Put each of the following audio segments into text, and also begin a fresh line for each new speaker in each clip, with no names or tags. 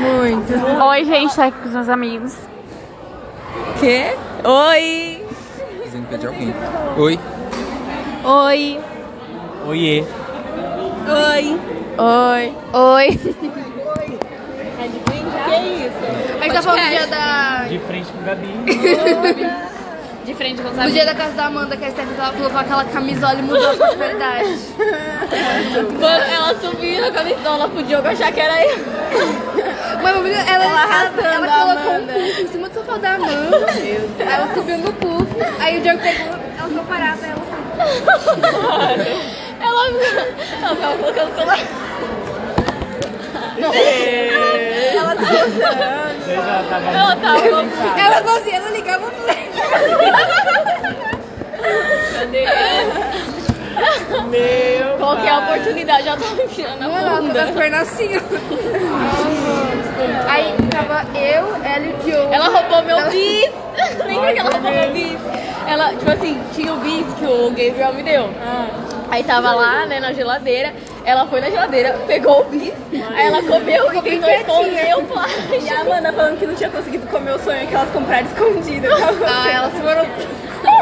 muito.
Oi, gente, tá aqui com os meus amigos.
Quê? Oi!
Dizendo que é de alguém. Oi.
Oi!
Oiê.
Oi!
Oi. Oi.
A gente tá falando do dia, da,
De frente com o Gabi.
De frente com os
do
amigos.
dia da casa da Amanda, que a Steph tava- colocou aquela camisola e mudou a verdade.
Quando ela subiu na camisola pro Diogo achar que era eu.
Mas amiga,
é
ela, ela, ela,
a
colocou um puff em cima do sofá da Amanda. Aí ela subiu no puff. Aí o Diogo pegou, ela ficou parada, ela foi.
Ela, ela tava colocando o celular.
Ela tava
Ela tava.
Ela fazia, ela ligava o play.
Qualquer é oportunidade, ela tava enfiando
é
Mano,
a
ela
bunda.
ficou das pernas assim. ó. Aí tava eu, ela e o Diogo.
Ela roubou meu bis! Lembra que ela roubou meu bis? Ela, tipo assim, tinha o bis que o Gabriel me deu.
Ah.
Aí tava lá, né, na geladeira. Ela foi na geladeira, pegou o bis, aí ela comeu e tentou esconder o plástico.
E a Amanda falando que não tinha conseguido comer o sonho que elas compraram escondida.
Ah, ela segurou.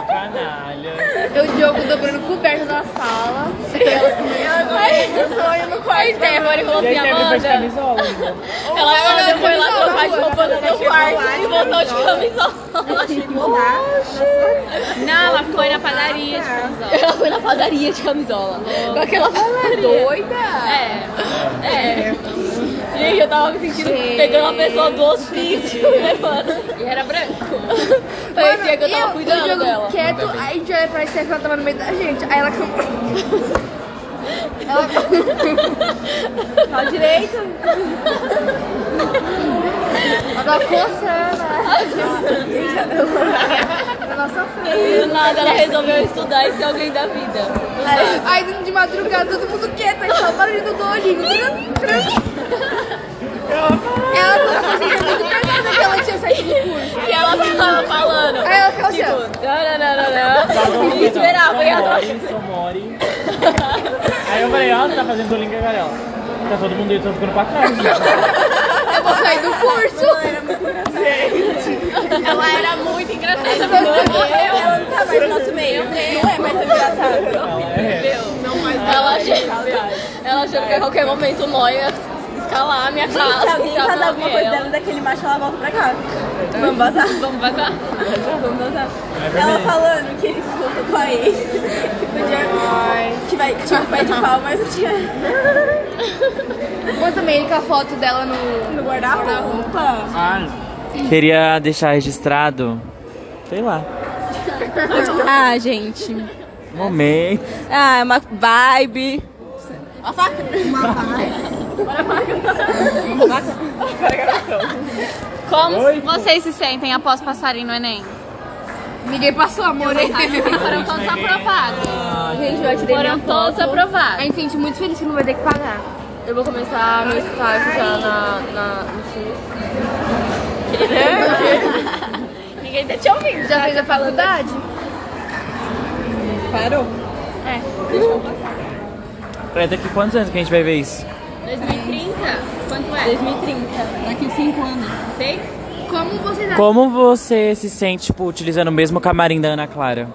canalha.
Eu e o Diogo dobrando coberta da sala.
Aí, aí Stephanie falou
E aí
assim,
quebra de
Amanda.
camisola.
Ela, ela foi lá trocar de roupa no seu quarto
lá
e voltou de camisola. Ah,
Não, ela foi na padaria.
Ela foi na padaria de camisola. Com aquela tipo,
Doida!
É, é. Gente, eu tava me sentindo pegando uma pessoa do hospício, levando. E era branco.
é.
Parecia É, assim que eu tava
o
cuidando
Diogo
dela.
quieto, aí a gente olha pra Steph, ela tava no meio da gente. Aí ela cantou.
Fala direito.
Ela tava coçando. Na nossa frente.
E do nada ela resolveu estudar e ser alguém da vida.
Aí de madrugada todo mundo quieto, aí só o barulho do dolinho. Trum, trum. Ela tava fazendo muito pergunta que ela tinha saído do curso.
E ela tava falando.
Aí ela ficou assim, ó.
Tá
Não, não, não, não. E esperava, e ela
Somori. Aí eu falei, ó, você tá fazendo bullying com a galera. Tá todo mundo aí, tô ficando pra trás. né?
eu vou sair do curso.
Ela era muito engraçada.
Ela não tá mais no nosso meio. Não é mais tão engraçada.
Ela é.
Ela achou,
é.
ela achou que a qualquer momento o Noia ia escalar a minha casa.
Se alguém
escalar
fazer alguma coisa
ela.
dela daquele macho, ela volta pra cá. Vamos vazar.
Vamos vazar?
Vamos vazar.
verdade.
Ela falando que ele ficou com a ex. Que podia... Que vai... Tinha um pé de pau, mas não tinha...
Mas também ele com a foto dela no.
No guarda-roupa.
Queria deixar registrado. Sei lá.
Ah, gente.
Momento.
Ah, é uma vibe. Uma faca?
Como
Oi,
vocês se sentem após passarem no Enem?
Ninguém passou amor aí.
Foram todos aprovados.
Ah, Gente, eu tirei
Foram todos
A
aprovados.
gente sente muito feliz que não vai ter que pagar.
Eu vou começar meu estágio já na, na, no SUS. Ninguém tá te ouvindo.
Já fez a faculdade?
Parou.
É daqui quantos anos que a gente vai ver isso?
2030? Quanto é?
2030. Daqui 5 anos.
Seis?
Como vocês acham?
Como você se sente, tipo, utilizando o mesmo camarim da Ana Clara?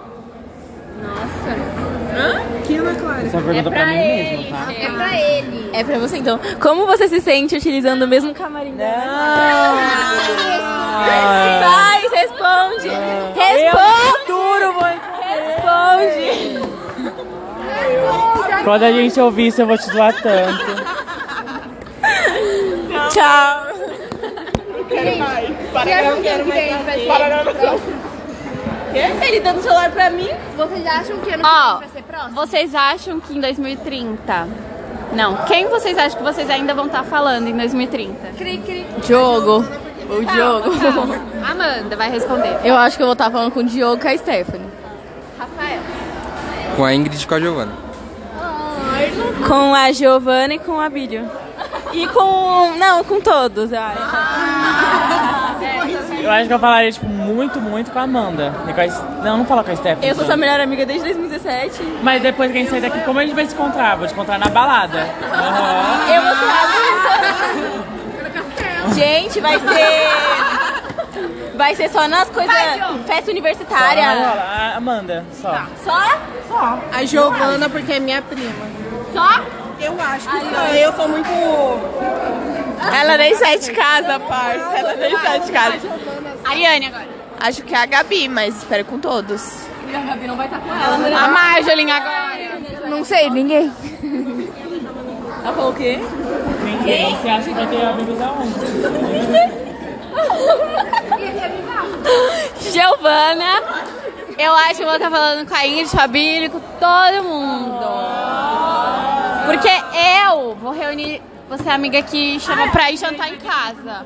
Que Ana Clara?
Essa pergunta pra, mim mesmo, tá?
É pra ele.
É pra você então. Como você se sente utilizando o mesmo camarim?
Não!
Ah!
Ah!
Vai, responde! Responde!
Eu duro, mãe!
Responde!
Quando a gente ouvir isso, eu vou te doar tanto.
Tchau!
Para acham que ano que vem vai ser próximo?
Ele dando o celular pra mim?
Vocês acham que ano
Ó,
que vem vai ser próximo?
Vocês acham que em 2030... Não, quem vocês acham que vocês ainda vão estar falando em 2030?
Cri, cri.
Diogo. O Diogo.
Calma, calma. Amanda vai responder.
Eu acho que eu vou estar falando com o Diogo e com a Stephanie.
Rafael.
Com a Ingrid e com a Giovana.
Com a Giovana e com a Bílio. E com. Não, com todos, eu acho.
Eu acho que eu falaria, tipo, muito, muito com a Amanda. E com a... S- Não, não fala com a Stephanie.
Eu sou sua
então.
melhor amiga desde 2017.
Mas depois que a gente sair daqui, como a gente vai se encontrar? Vou te encontrar na balada. Aham.
Eu vou ser a
Castelo.
Gente, vai ser. Vai ser só nas coisas. Festa universitária.
Ah, Amanda, só.
Tá.
Só?
né? A Giovana, porque é minha prima.
Só?
Eu acho que só. Eu sou muito. Ela nem sai de casa, parça. Ela nem sai de casa.
Ariane agora.
Acho que é a Gabi, mas espero com todos.
A Gabi não vai estar com ela, né?
A Marjolin agora.
Não sei, ninguém.
Ela falou o quê?
Ninguém. Você acha que vai ter amigos aonde?
Giovana. Eu acho que eu vou estar falando com a Ingrid, com a Billy, com todo mundo. Porque eu vou reunir você, amiga, que chama pra ir jantar em casa.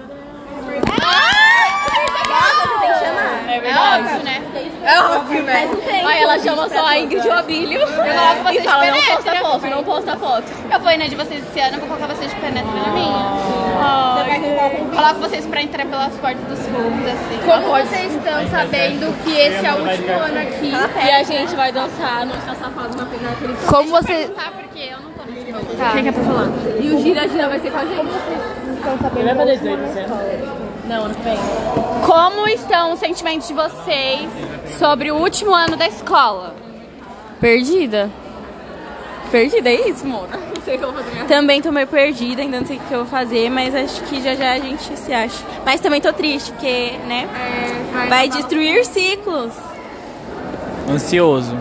É verdade. É óbvio, né?
É óbvio, né?
Aí ela chama só a Ingrid e o Abílio. Eu coloco vocês fala, não posta foto, não posta foto. né, Eu vou ir na de vocês esse ano, vou colocar vocês de penetra na minha. Coloco vocês pra entrar pelas portas dos fundos, assim.
Como vocês estão sabendo que esse é o último ano aqui?
E a gente vai dançar no Chá Safado na penetra.
Como vocês
Tá, porque eu não tô no show.
E o Gira Gira vai ser com a gente.
Ele vai fazer 18%.
Como estão os sentimentos de vocês sobre o último ano da escola?
Perdida. Perdida, é isso, amor.
Não sei o que eu vou fazer.
Também tô meio perdida, ainda não sei o que eu vou fazer, mas acho que já já a gente se acha. Mas também tô triste, porque, né?
É,
vai destruir ciclos.
Ansioso.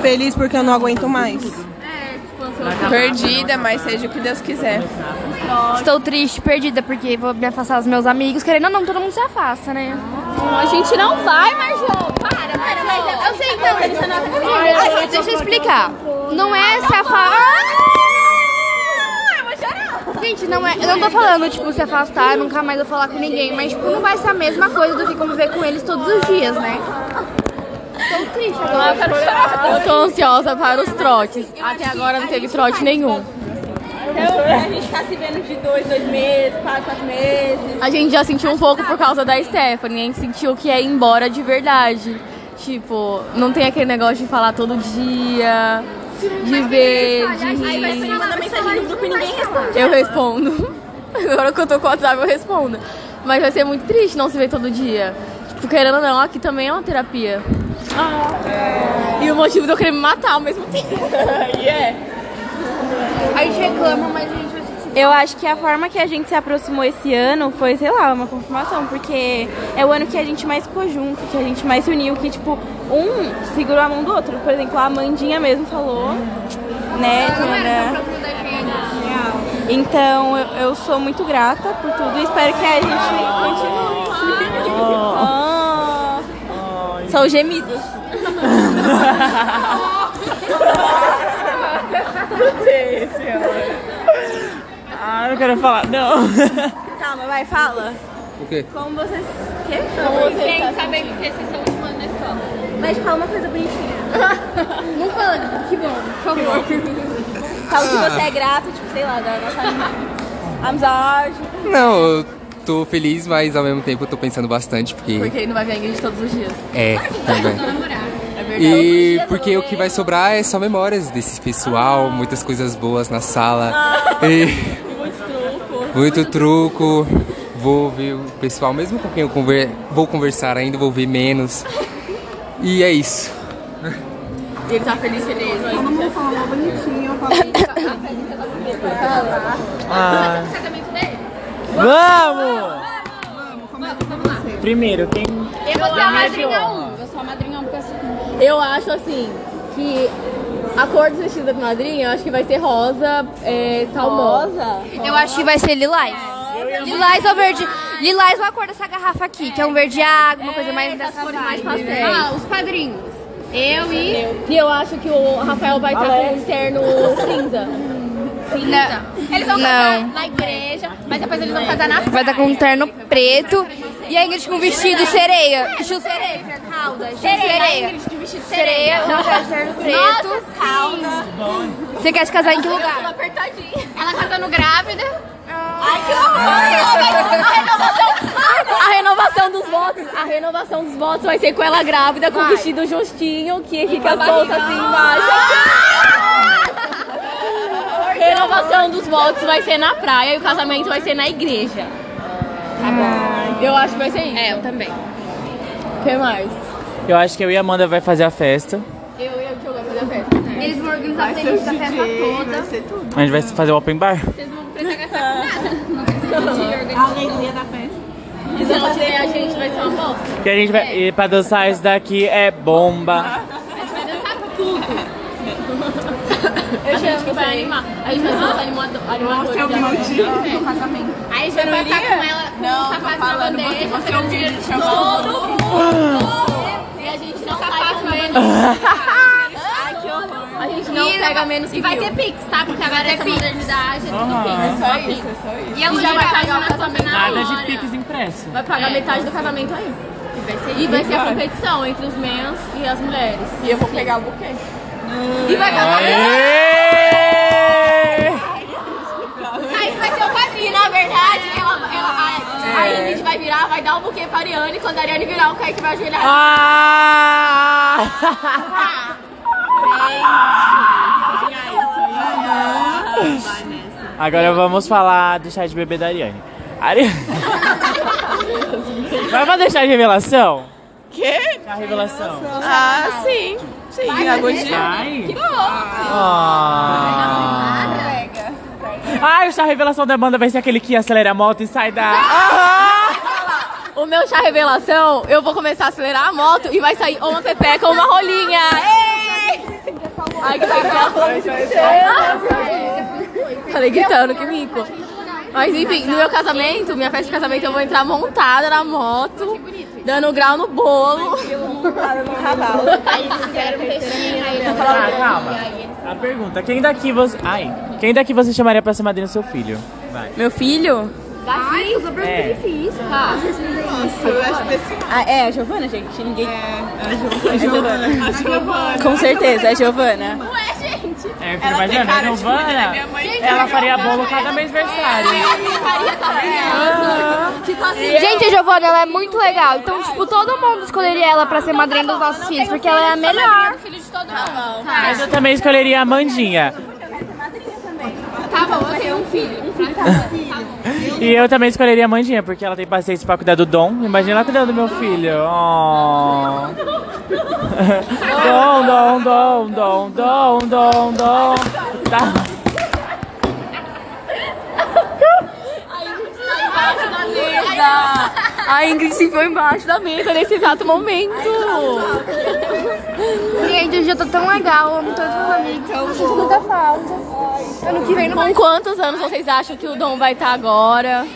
Feliz porque eu não aguento mais. Perdida, mas seja o que Deus quiser.
Estou triste, perdida, porque vou me afastar dos meus amigos. Querendo ou não, todo mundo se afasta, né?
A gente não vai, Marjô. Para, para, mas eu sei
tá
então.
Olha, Ah, deixa eu explicar. Não é se afastar. Gente, não é. Eu não tô falando, tipo, se afastar, nunca mais eu falar com ninguém. Mas, tipo, não vai ser a mesma coisa do que conviver com eles todos os dias, né? Tô triste agora.
Ah.
Eu tô ansiosa para os trotes. Até agora não teve trote nenhum.
Então, a gente tá se vendo de dois, dois meses, quatro, quatro meses.
A gente já sentiu um pouco por causa da Stephanie. A gente sentiu que é ir embora de verdade. Tipo, não tem aquele negócio de falar todo dia, de ver, de
Aí vai
rir.
ser manda mensagem no grupo e ninguém responde.
Eu respondo. Agora que eu tô com o WhatsApp, eu respondo. Mas vai ser muito triste não se ver todo dia. Tipo, querendo ou não, aqui também é uma terapia.
Ah.
E o motivo de eu querer me matar ao mesmo tempo.
A gente reclama, mas a gente vai se
Eu acho que a forma que a gente se aproximou esse ano foi, sei lá, uma confirmação, porque é o ano que a gente mais ficou junto, que a gente mais se uniu, que tipo, um segurou a mão do outro. Por exemplo, a Amandinha mesmo falou, né? Tana? Então eu, eu sou muito grata por tudo e espero que a gente continue. Ah. São gemidos.
Ah, não quero falar. Não.
Calma, vai, fala.
O quê?
Como vocês. Quê?
Tem que saber que vocês são último ano da escola.
Mas fala uma coisa bonitinha.
Não falando, que bom, por favor.
Fala que você é grato, tipo, sei lá, da nossa ami- amizade.
Não, eu tô feliz, mas ao mesmo tempo eu tô pensando bastante, porque.
Porque ele não vai ver a Ingrid todos os dias.
É, também.
É
E porque o que vai sobrar é só memórias desse
Ah.
pessoal, muitas coisas boas na sala. E... Muito truco. Vou ver o pessoal, mesmo com quem eu conver... vou conversar ainda, vou ver menos. E é isso.
E ele tá feliz, feliz.
Ah. Vamos! Primeiro, quem.
Eu vou ser a madrinha
Giovana.
1. Eu sou a madrinha 1 porque eu sou
Eu acho assim que a cor dos vestidos da madrinha eu acho que vai ser rosa, é, salmão.
Eu acho que vai ser lilás. Lilás ou verde. Lilás ou a cor dessa garrafa aqui, que é um verde água, uma coisa
É,
mais dessa vibe.
Ah, os padrinhos. Eu e.
E eu acho que o Rafael vai estar com um terno cinza.
Eles vão casar na igreja, mas depois eles vão casar na
Vai estar com um terno preto e a Ingrid com um vestido sereia. Vestido sereia, calda.
sereia.
Sereia. Sereia, um terno preto.
calma.
Você quer se casar em que lugar?
Apertadinha. Ela casando grávida.
A renovação dos votos, a renovação dos votos vai ser com ela grávida, com o vestido justinho, que fica solta assim embaixo.
renovação dos votos vai ser na praia e o casamento vai ser na igreja. Tá bom. Eu acho que vai ser isso.
É, eu também.
O que mais?
Eu acho que eu e a Amanda vai fazer a festa.
Eu ia jogar fazer a festa.
Eles vão organizar a playlist da festa toda.
A gente vai fazer o open bar.
A alegria da festa.
E se não tiver a gente, vai ser uma bosta.
E a gente vai. E pra dançar isso daqui é bomba.
Eu chamo que vai animar. A gente vai ser animador. animador
Você é o
já.
maldito do casamento.
Aí a gente vai passar com ela com o sapato na bandeja, você é o dinheiro de todo
Ah.
mundo. E a gente não sai com menos. Ai, que horror. A gente não pega menos que
E vai
mil.
ter Pix, tá? Porque agora essa modernidade é tudo
Ah,
Pix.
Aham.
E a
E
Lúcia
já
vai
vai pagar
pagar
o
o casamento na
Ah, Nada
hora.
de piques impresso.
Vai pagar metade do casamento aí. E vai ser a competição entre os meninos e as mulheres.
E eu vou pegar o buquê.
E vai casar
Aê!
Aí vai ser o quadrinho, na verdade. Ela,
É.
ela, a, a Ingrid vai virar, vai dar o buquê pra Ariane. Quando a Ariane virar, o Kaique vai ajoelhar.
Ah! Agora vamos falar do chá de bebê da Ariane. Ari... Mas vai deixar de revelação? Quê? Chá revelação.
Ah, sim. Sim, água de...
Ai! Que ah. Ai, o chá revelação da banda vai ser aquele que acelera a moto e sai da. Ah!
O meu chá revelação, eu vou começar a acelerar a moto e vai sair ou uma pepeca ou uma rolinha. Ei! Ai, que mico. Falei gritando, que mico. Mas enfim, no meu casamento, minha festa de casamento, eu vou entrar montada na moto, dando grau no bolo.
Ah, calma. A pergunta, quem daqui você. Ai, quem daqui você chamaria pra ser madrinha do seu filho? Vai.
Meu filho?
É.
Eu acho desse
Ah, é, a Giovana, gente. Ninguém.
É,
É
A Giovana.
Com certeza, é a Giovana.
É, eu fico imaginando, a Giovana, ela faria bolo
é
cada mês versário.
Tipo assim, Gente, a Giovana, ela é muito legal. Então, tipo, todo mundo escolheria ela pra ser madrinha dos nossos filhos, porque ela é a melhor.
Mas eu também escolheria a Amandinha.
Tá um
E eu também escolheria a Mandinha, porque ela tem paciência pra cuidar do Dom. Imagina ela cuidando do meu filho. Oh. dom, dom, dom, dom, dom, dom, dom. Tá.
A Ingrid se enfiou embaixo da mesa nesse exato momento.
Gente, o dia tá tão legal, amo todos meus amigos. Eu sinto muita falta. Ano que vem não vai
Com quantos anos vocês acham que o Dom vai estar agora?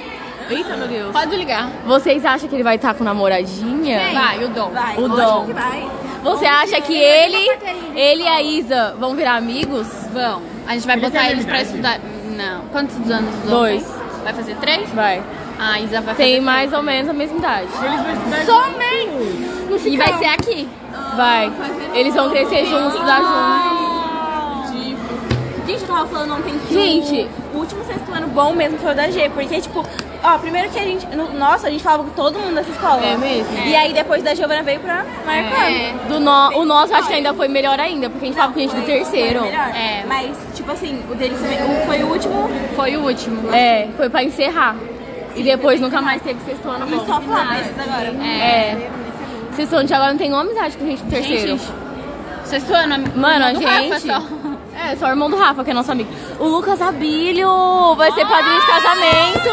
Eita, meu Deus.
Pode ligar.
Vocês acham que ele vai estar com namoradinha?
Vai, o Dom. Vai.
O Dom. Você acha que ele, ele e a Isa vão virar amigos?
Vão. A gente vai botar eles pra estudar. Não. Quantos anos o Dom
Dois.
tem? Vai fazer três?
Vai.
Ah, A Isa vai
Tem
fazer
mais ou menos a mesma idade.
três. E vai ser aqui.
Vai. Eles vão crescer juntos, estudar juntos.
Gente, eu tava falando ontem que
Gente.
o último sexto ano bom mesmo foi o da G, porque, tipo, ó, primeiro que a gente. no- nossa, a gente falava com todo mundo nessa escola.
É mesmo?
E aí depois da Giovana veio pra marcar.
É.
Do no, o nosso acho que ainda foi melhor ainda, porque a gente tava com gente do terceiro.
Melhor.
É.
Mas, tipo assim, o deles também- o- foi o último.
Foi o último. É, foi pra encerrar. E depois nunca mais teve sexto ano bom.
Só falar desses agora.
É. Vocês são de agora não tem nenhuma amizade com gente do terceiro.
Sexto ano, amigo.
Mano, a
Não,
gente.
Rafa, só.
É, só o irmão do Rafa, que é nosso amigo. O Lucas Abílio vai ser padrinho de casamento.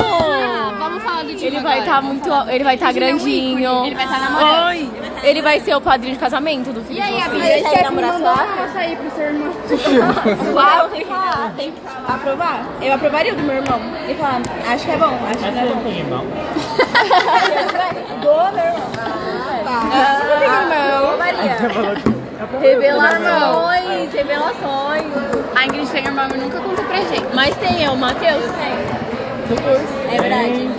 Vamos falar do Diego
Ele vai
agora.
estar muito. Ele vai estar grandinho.
Ele vai estar namorando.
Ele vai ser o padrinho de casamento do filho.
E aí,
de vocês.
amiga?
Ele quer me mandar uma sair pro seu irmão. Claro, tem que falar, tem que aprovar. Eu aprovaria o do meu irmão. Ele fala, acho que é bom, acho que não é bom. Do meu irmão. Ah, por que que não?
Revelações, revelações.
A Ingrid tem irmão e nunca contou pra gente.
Mas tem eu, Matheus.
É verdade.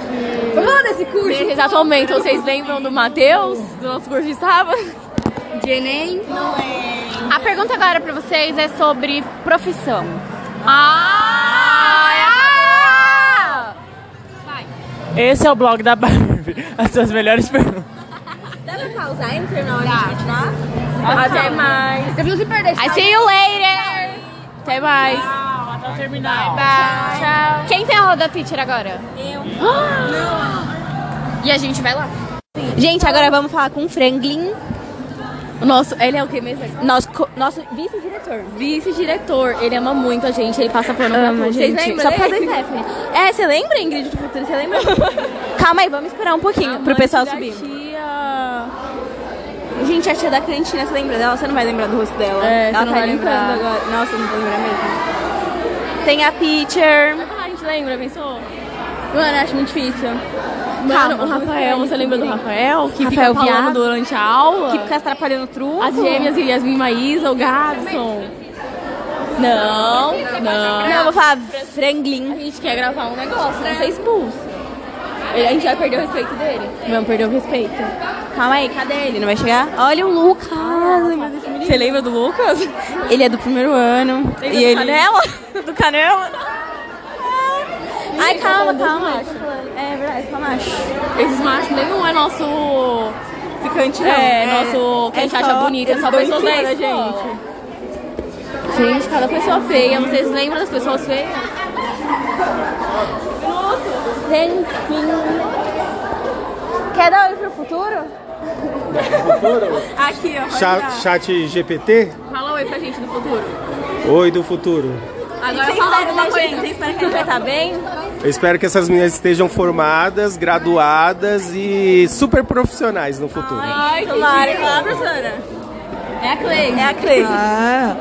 Vamos desse curso. Nesse exato momento, vocês lembram do Matheus? Do nosso curso de sábado?
De Enem.
A pergunta agora pra vocês é sobre profissão.
é Ah!
Esse é o blog da Barbie. As suas melhores perguntas.
Dá pra pausar entre nós
Tá.
e continuar?
Até mais.
Eu preciso perder
I see you later. Até mais.
Ah, Vamos terminar.
Bye. Tchau.
Quem tem a roda teacher agora?
Eu.
E a gente vai lá. Gente, agora vamos falar com o Franklin.
O nosso, ele é o que mesmo?
Nosso, co- nosso vice-diretor.
Vice-diretor. Ele ama muito a gente, ele passa pano pra tudo. Vocês lembram?
Só por
dele?
causa da Stephanie. É, você lembra, Ingrid, do futuro? Você lembra? Calma aí, vamos esperar um pouquinho
A
pro
mãe
pessoal
da
subir.
tia.
Gente, a tia da cantina, você lembra dela? Você não vai lembrar do rosto dela.
É,
Ela
você não
tá
vai
limpando
lembrar.
agora. Nossa, eu não vou lembrar mesmo. Tem a teacher.
Ah, a gente lembra, pensou? Mano, eu acho muito difícil. Mano,
Calma,
o
vamos
Rafael,
esperar
você
eles
lembra do
subirem.
Rafael? Que
Rafael
fica falando
viado.
durante a aula?
Que fica atrapalhando o truco.
As gêmeas e Yasmin Maísa, o Gabson. Não,
Não,
não.
eu vou falar franglin.
A gente quer gravar um negócio, não ser expulso. Ele- A gente vai perder o respeito dele. Vamos perder o respeito.
Calma aí, cadê ele? Não vai chegar? Olha o Lucas! lembra desse menino? Você lembra do Lucas? Ele é do primeiro ano. e
do
ele...
Canela?
do Canela? Ai, calma, calma.
É verdade, só macho. Esses machos nenhum é nosso.
Ficante não.
É, nosso. Que a gente acha
só
bonito, é
os
só
dois
pessoas
que
feias,
da
gente. Gente, cada pessoa feia. Vocês lembram das pessoas feias?
Quer dar oi pro futuro?
Aqui, ó. pode
Cha-
dar.
chat GPT?
Fala oi pra gente do futuro.
Oi do futuro.
Agora
Vocês
fala
esperam
alguma
da
coisa.
né, gente? Vocês esperam que a gente vai estar bem?
Eu espero que essas meninas estejam formadas, graduadas e super profissionais no futuro.
Ai, Tomara. Fala, professora.
É a Clay.
É a Cleide.
Ah,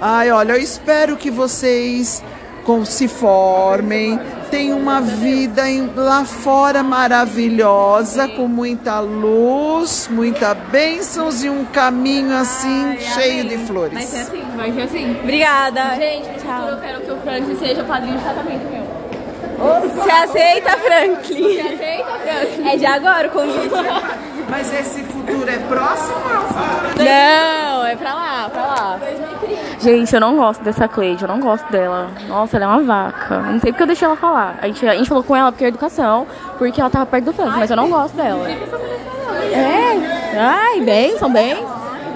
ai, olha, eu espero que vocês com- se formem, tenham uma vida em- lá fora maravilhosa, com muita luz, muita bênçãos e um caminho assim cheio de
Vai ser
flores.
assim, vai ser assim.
Obrigada.
Gente, no futuro eu quero que o Frank seja padrinho de casamento meu.
Você aceita, Franklin?
Aceita, Frank?
É de agora o convite.
Mas esse futuro é próximo ou é um futuro?
Não, é pra lá, pra lá. Gente, eu não gosto dessa Cleide, eu não gosto dela. Nossa, ela é uma vaca. Eu Não sei porque eu deixei ela falar. A gente, a gente falou com ela porque é educação, porque ela tava perto do Frank, mas eu não gosto dela. É? Ai, bem, são bem.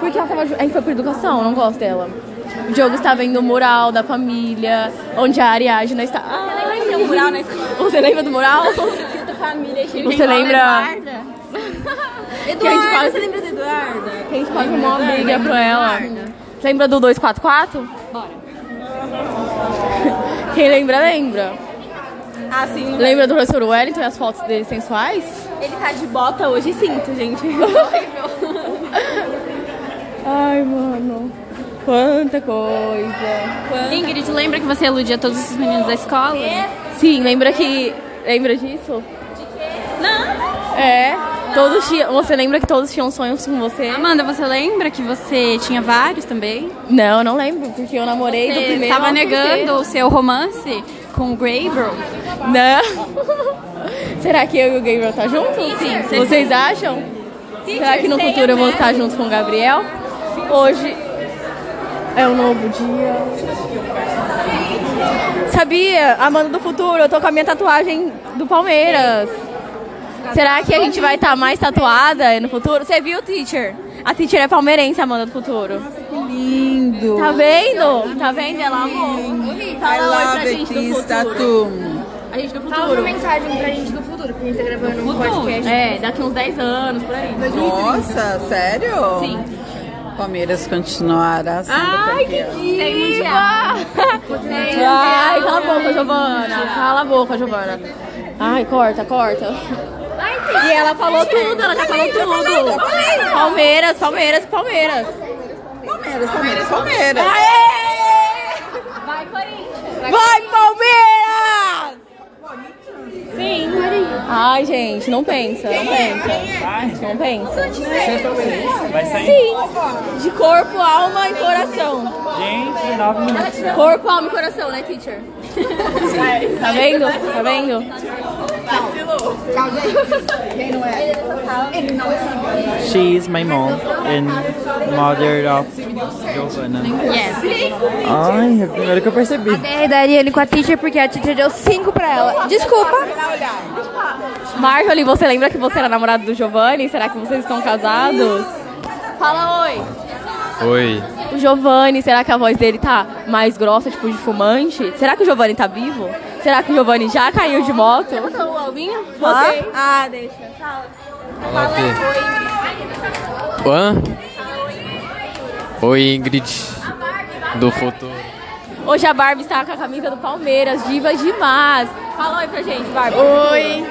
Porque ela tava. ju- A gente foi por educação, eu não gosto dela. O Diogo está vendo o mural da família, onde a Ariadna está. Ai,
Tem um mural na escola.
você lembra do mural?
Família, é cheio
Você lembra que a gente
Eduardo,
faz
você lembra do Eduardo?
A gente paga uma briga pra ela. Lembra do 244? Bora. Quem lembra, lembra.
Ah, sim. não
Lembra do professor Wellington e as fotos dele sensuais?
vai. Ele tá de bota hoje e cinto, gente.
Ai, mano. Quanta coisa.
Ingrid, lembra que você eludia todos esses meninos da escola?
Sim, lembra que. Lembra disso? Não! É. Todos tinham. Você lembra que todos tinham sonhos com você?
Amanda, você lembra que você tinha vários também?
Não, eu não lembro, porque eu namorei do
Você
primeiro.
tava
ao
negando
terceiro.
o seu romance com o Gabriel?
Não. Será que eu e o Gabriel tá junto?
Sim, sim.
Vocês acham? Será que no
sei,
futuro eu vou
né?
estar junto com o Gabriel? Hoje é um novo dia. Sabia? Amanda do futuro, eu tô com a minha tatuagem do Palmeiras. Será que a gente vai estar mais tatuada no futuro? Você viu, teacher? A teacher é palmeirense, Amanda do futuro.
Lindo.
Tá vendo? Tá vendo? Ela amou.
I
Fala oi pra
love
gente do
it,
futuro.
Tatum.
A gente do
é Fala uma
futuro.
mensagem pra gente do futuro, porque a gente tá gravando um podcast.
É, daqui uns 10 anos, por aí.
Nossa, sério? Sim. Ah, Palmeiras continuará sendo campeão.
Ai, cala a boca, Giovana. Cala a boca, Giovana. Ai, corta, corta. E ela falou tudo, ela já falou tudo. Palmeiras, Palmeiras, Palmeiras.
Palmeiras, Palmeiras, Palmeiras.
Vai, Palmeiras! Sim. Ai, gente, não pensa, não pensa.
Vai,
Não pensa.
vai sair.
De corpo, alma e coração.
Gente, nove minutos. já.
Corpo, alma e coração, né, teacher? Tá vendo? Tá vendo?
She is my mom and mother of Giovanna. Ai, é a primeira que eu percebi.
É, daria ele com a teacher, porque a teacher deu 5 pra ela. Desculpa.
Marjorie, você lembra que você era namorada do Giovanni? Será que vocês estão casados? Fala oi.
Oi,
o Giovanni, será que a voz dele tá mais grossa, tipo de fumante? Será que o Giovanni tá vivo? Será que o Giovanni já caiu de moto?
Você botou o Alvinho?
Ah.
Botei. Ah, deixa. Fala.
Fala, Fê.
Oi.
Hã? Oi, Ingrid. Do futuro.
Hoje a Barbie está com a camisa do Palmeiras, divas demais. Fala oi pra gente, Barbie.
Oi.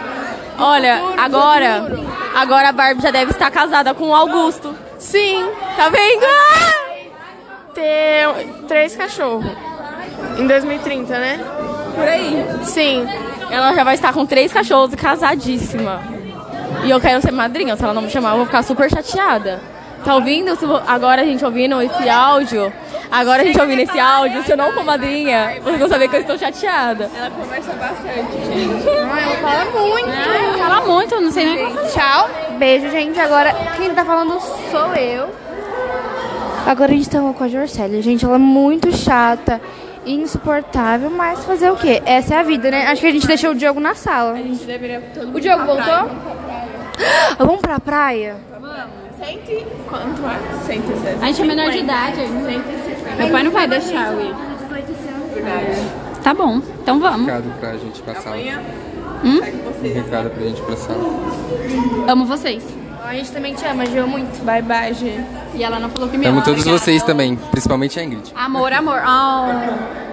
Olha, agora, agora a Barbie já deve estar casada com o Augusto.
Sim.
Tá vendo? Ah!
Ter três cachorros. Em 2030, né?
Por aí.
Sim.
Ela já vai estar com três cachorros e casadíssima. E eu quero ser madrinha. Se ela não me chamar, eu vou ficar super chateada. Tá ouvindo? Se vo- Agora a gente ouvindo esse áudio. Agora a gente ouvindo esse áudio. Se eu não for madrinha, vocês vão saber que eu estou chateada.
Ela conversa bastante, gente.
Ela fala muito.
fala muito, não sei nem
Tchau. Beijo, gente. Agora, quem tá falando sou eu. Agora a gente tá com a Jorcélia. Gente, ela é muito chata, insuportável, mas fazer o quê? Essa é a vida, né? Acho que a gente deixou o Diogo na sala.
Deveria todo
O Diogo voltou? Vamos pra praia?
Cento e... Quanto é? 160.
A gente é menor de idade. Meu pai não vai deixar eu ir. Tá bom, então vamos.
Recado pra gente passar.
Hum?
Um recado pra gente passar.
Amo vocês.
A gente também te ama, Gil, muito.
Bye, bye, Gê.
E ela não falou que me
Amo
ama.
todos vocês também, principalmente a Ingrid.
Amor, amor. Oh.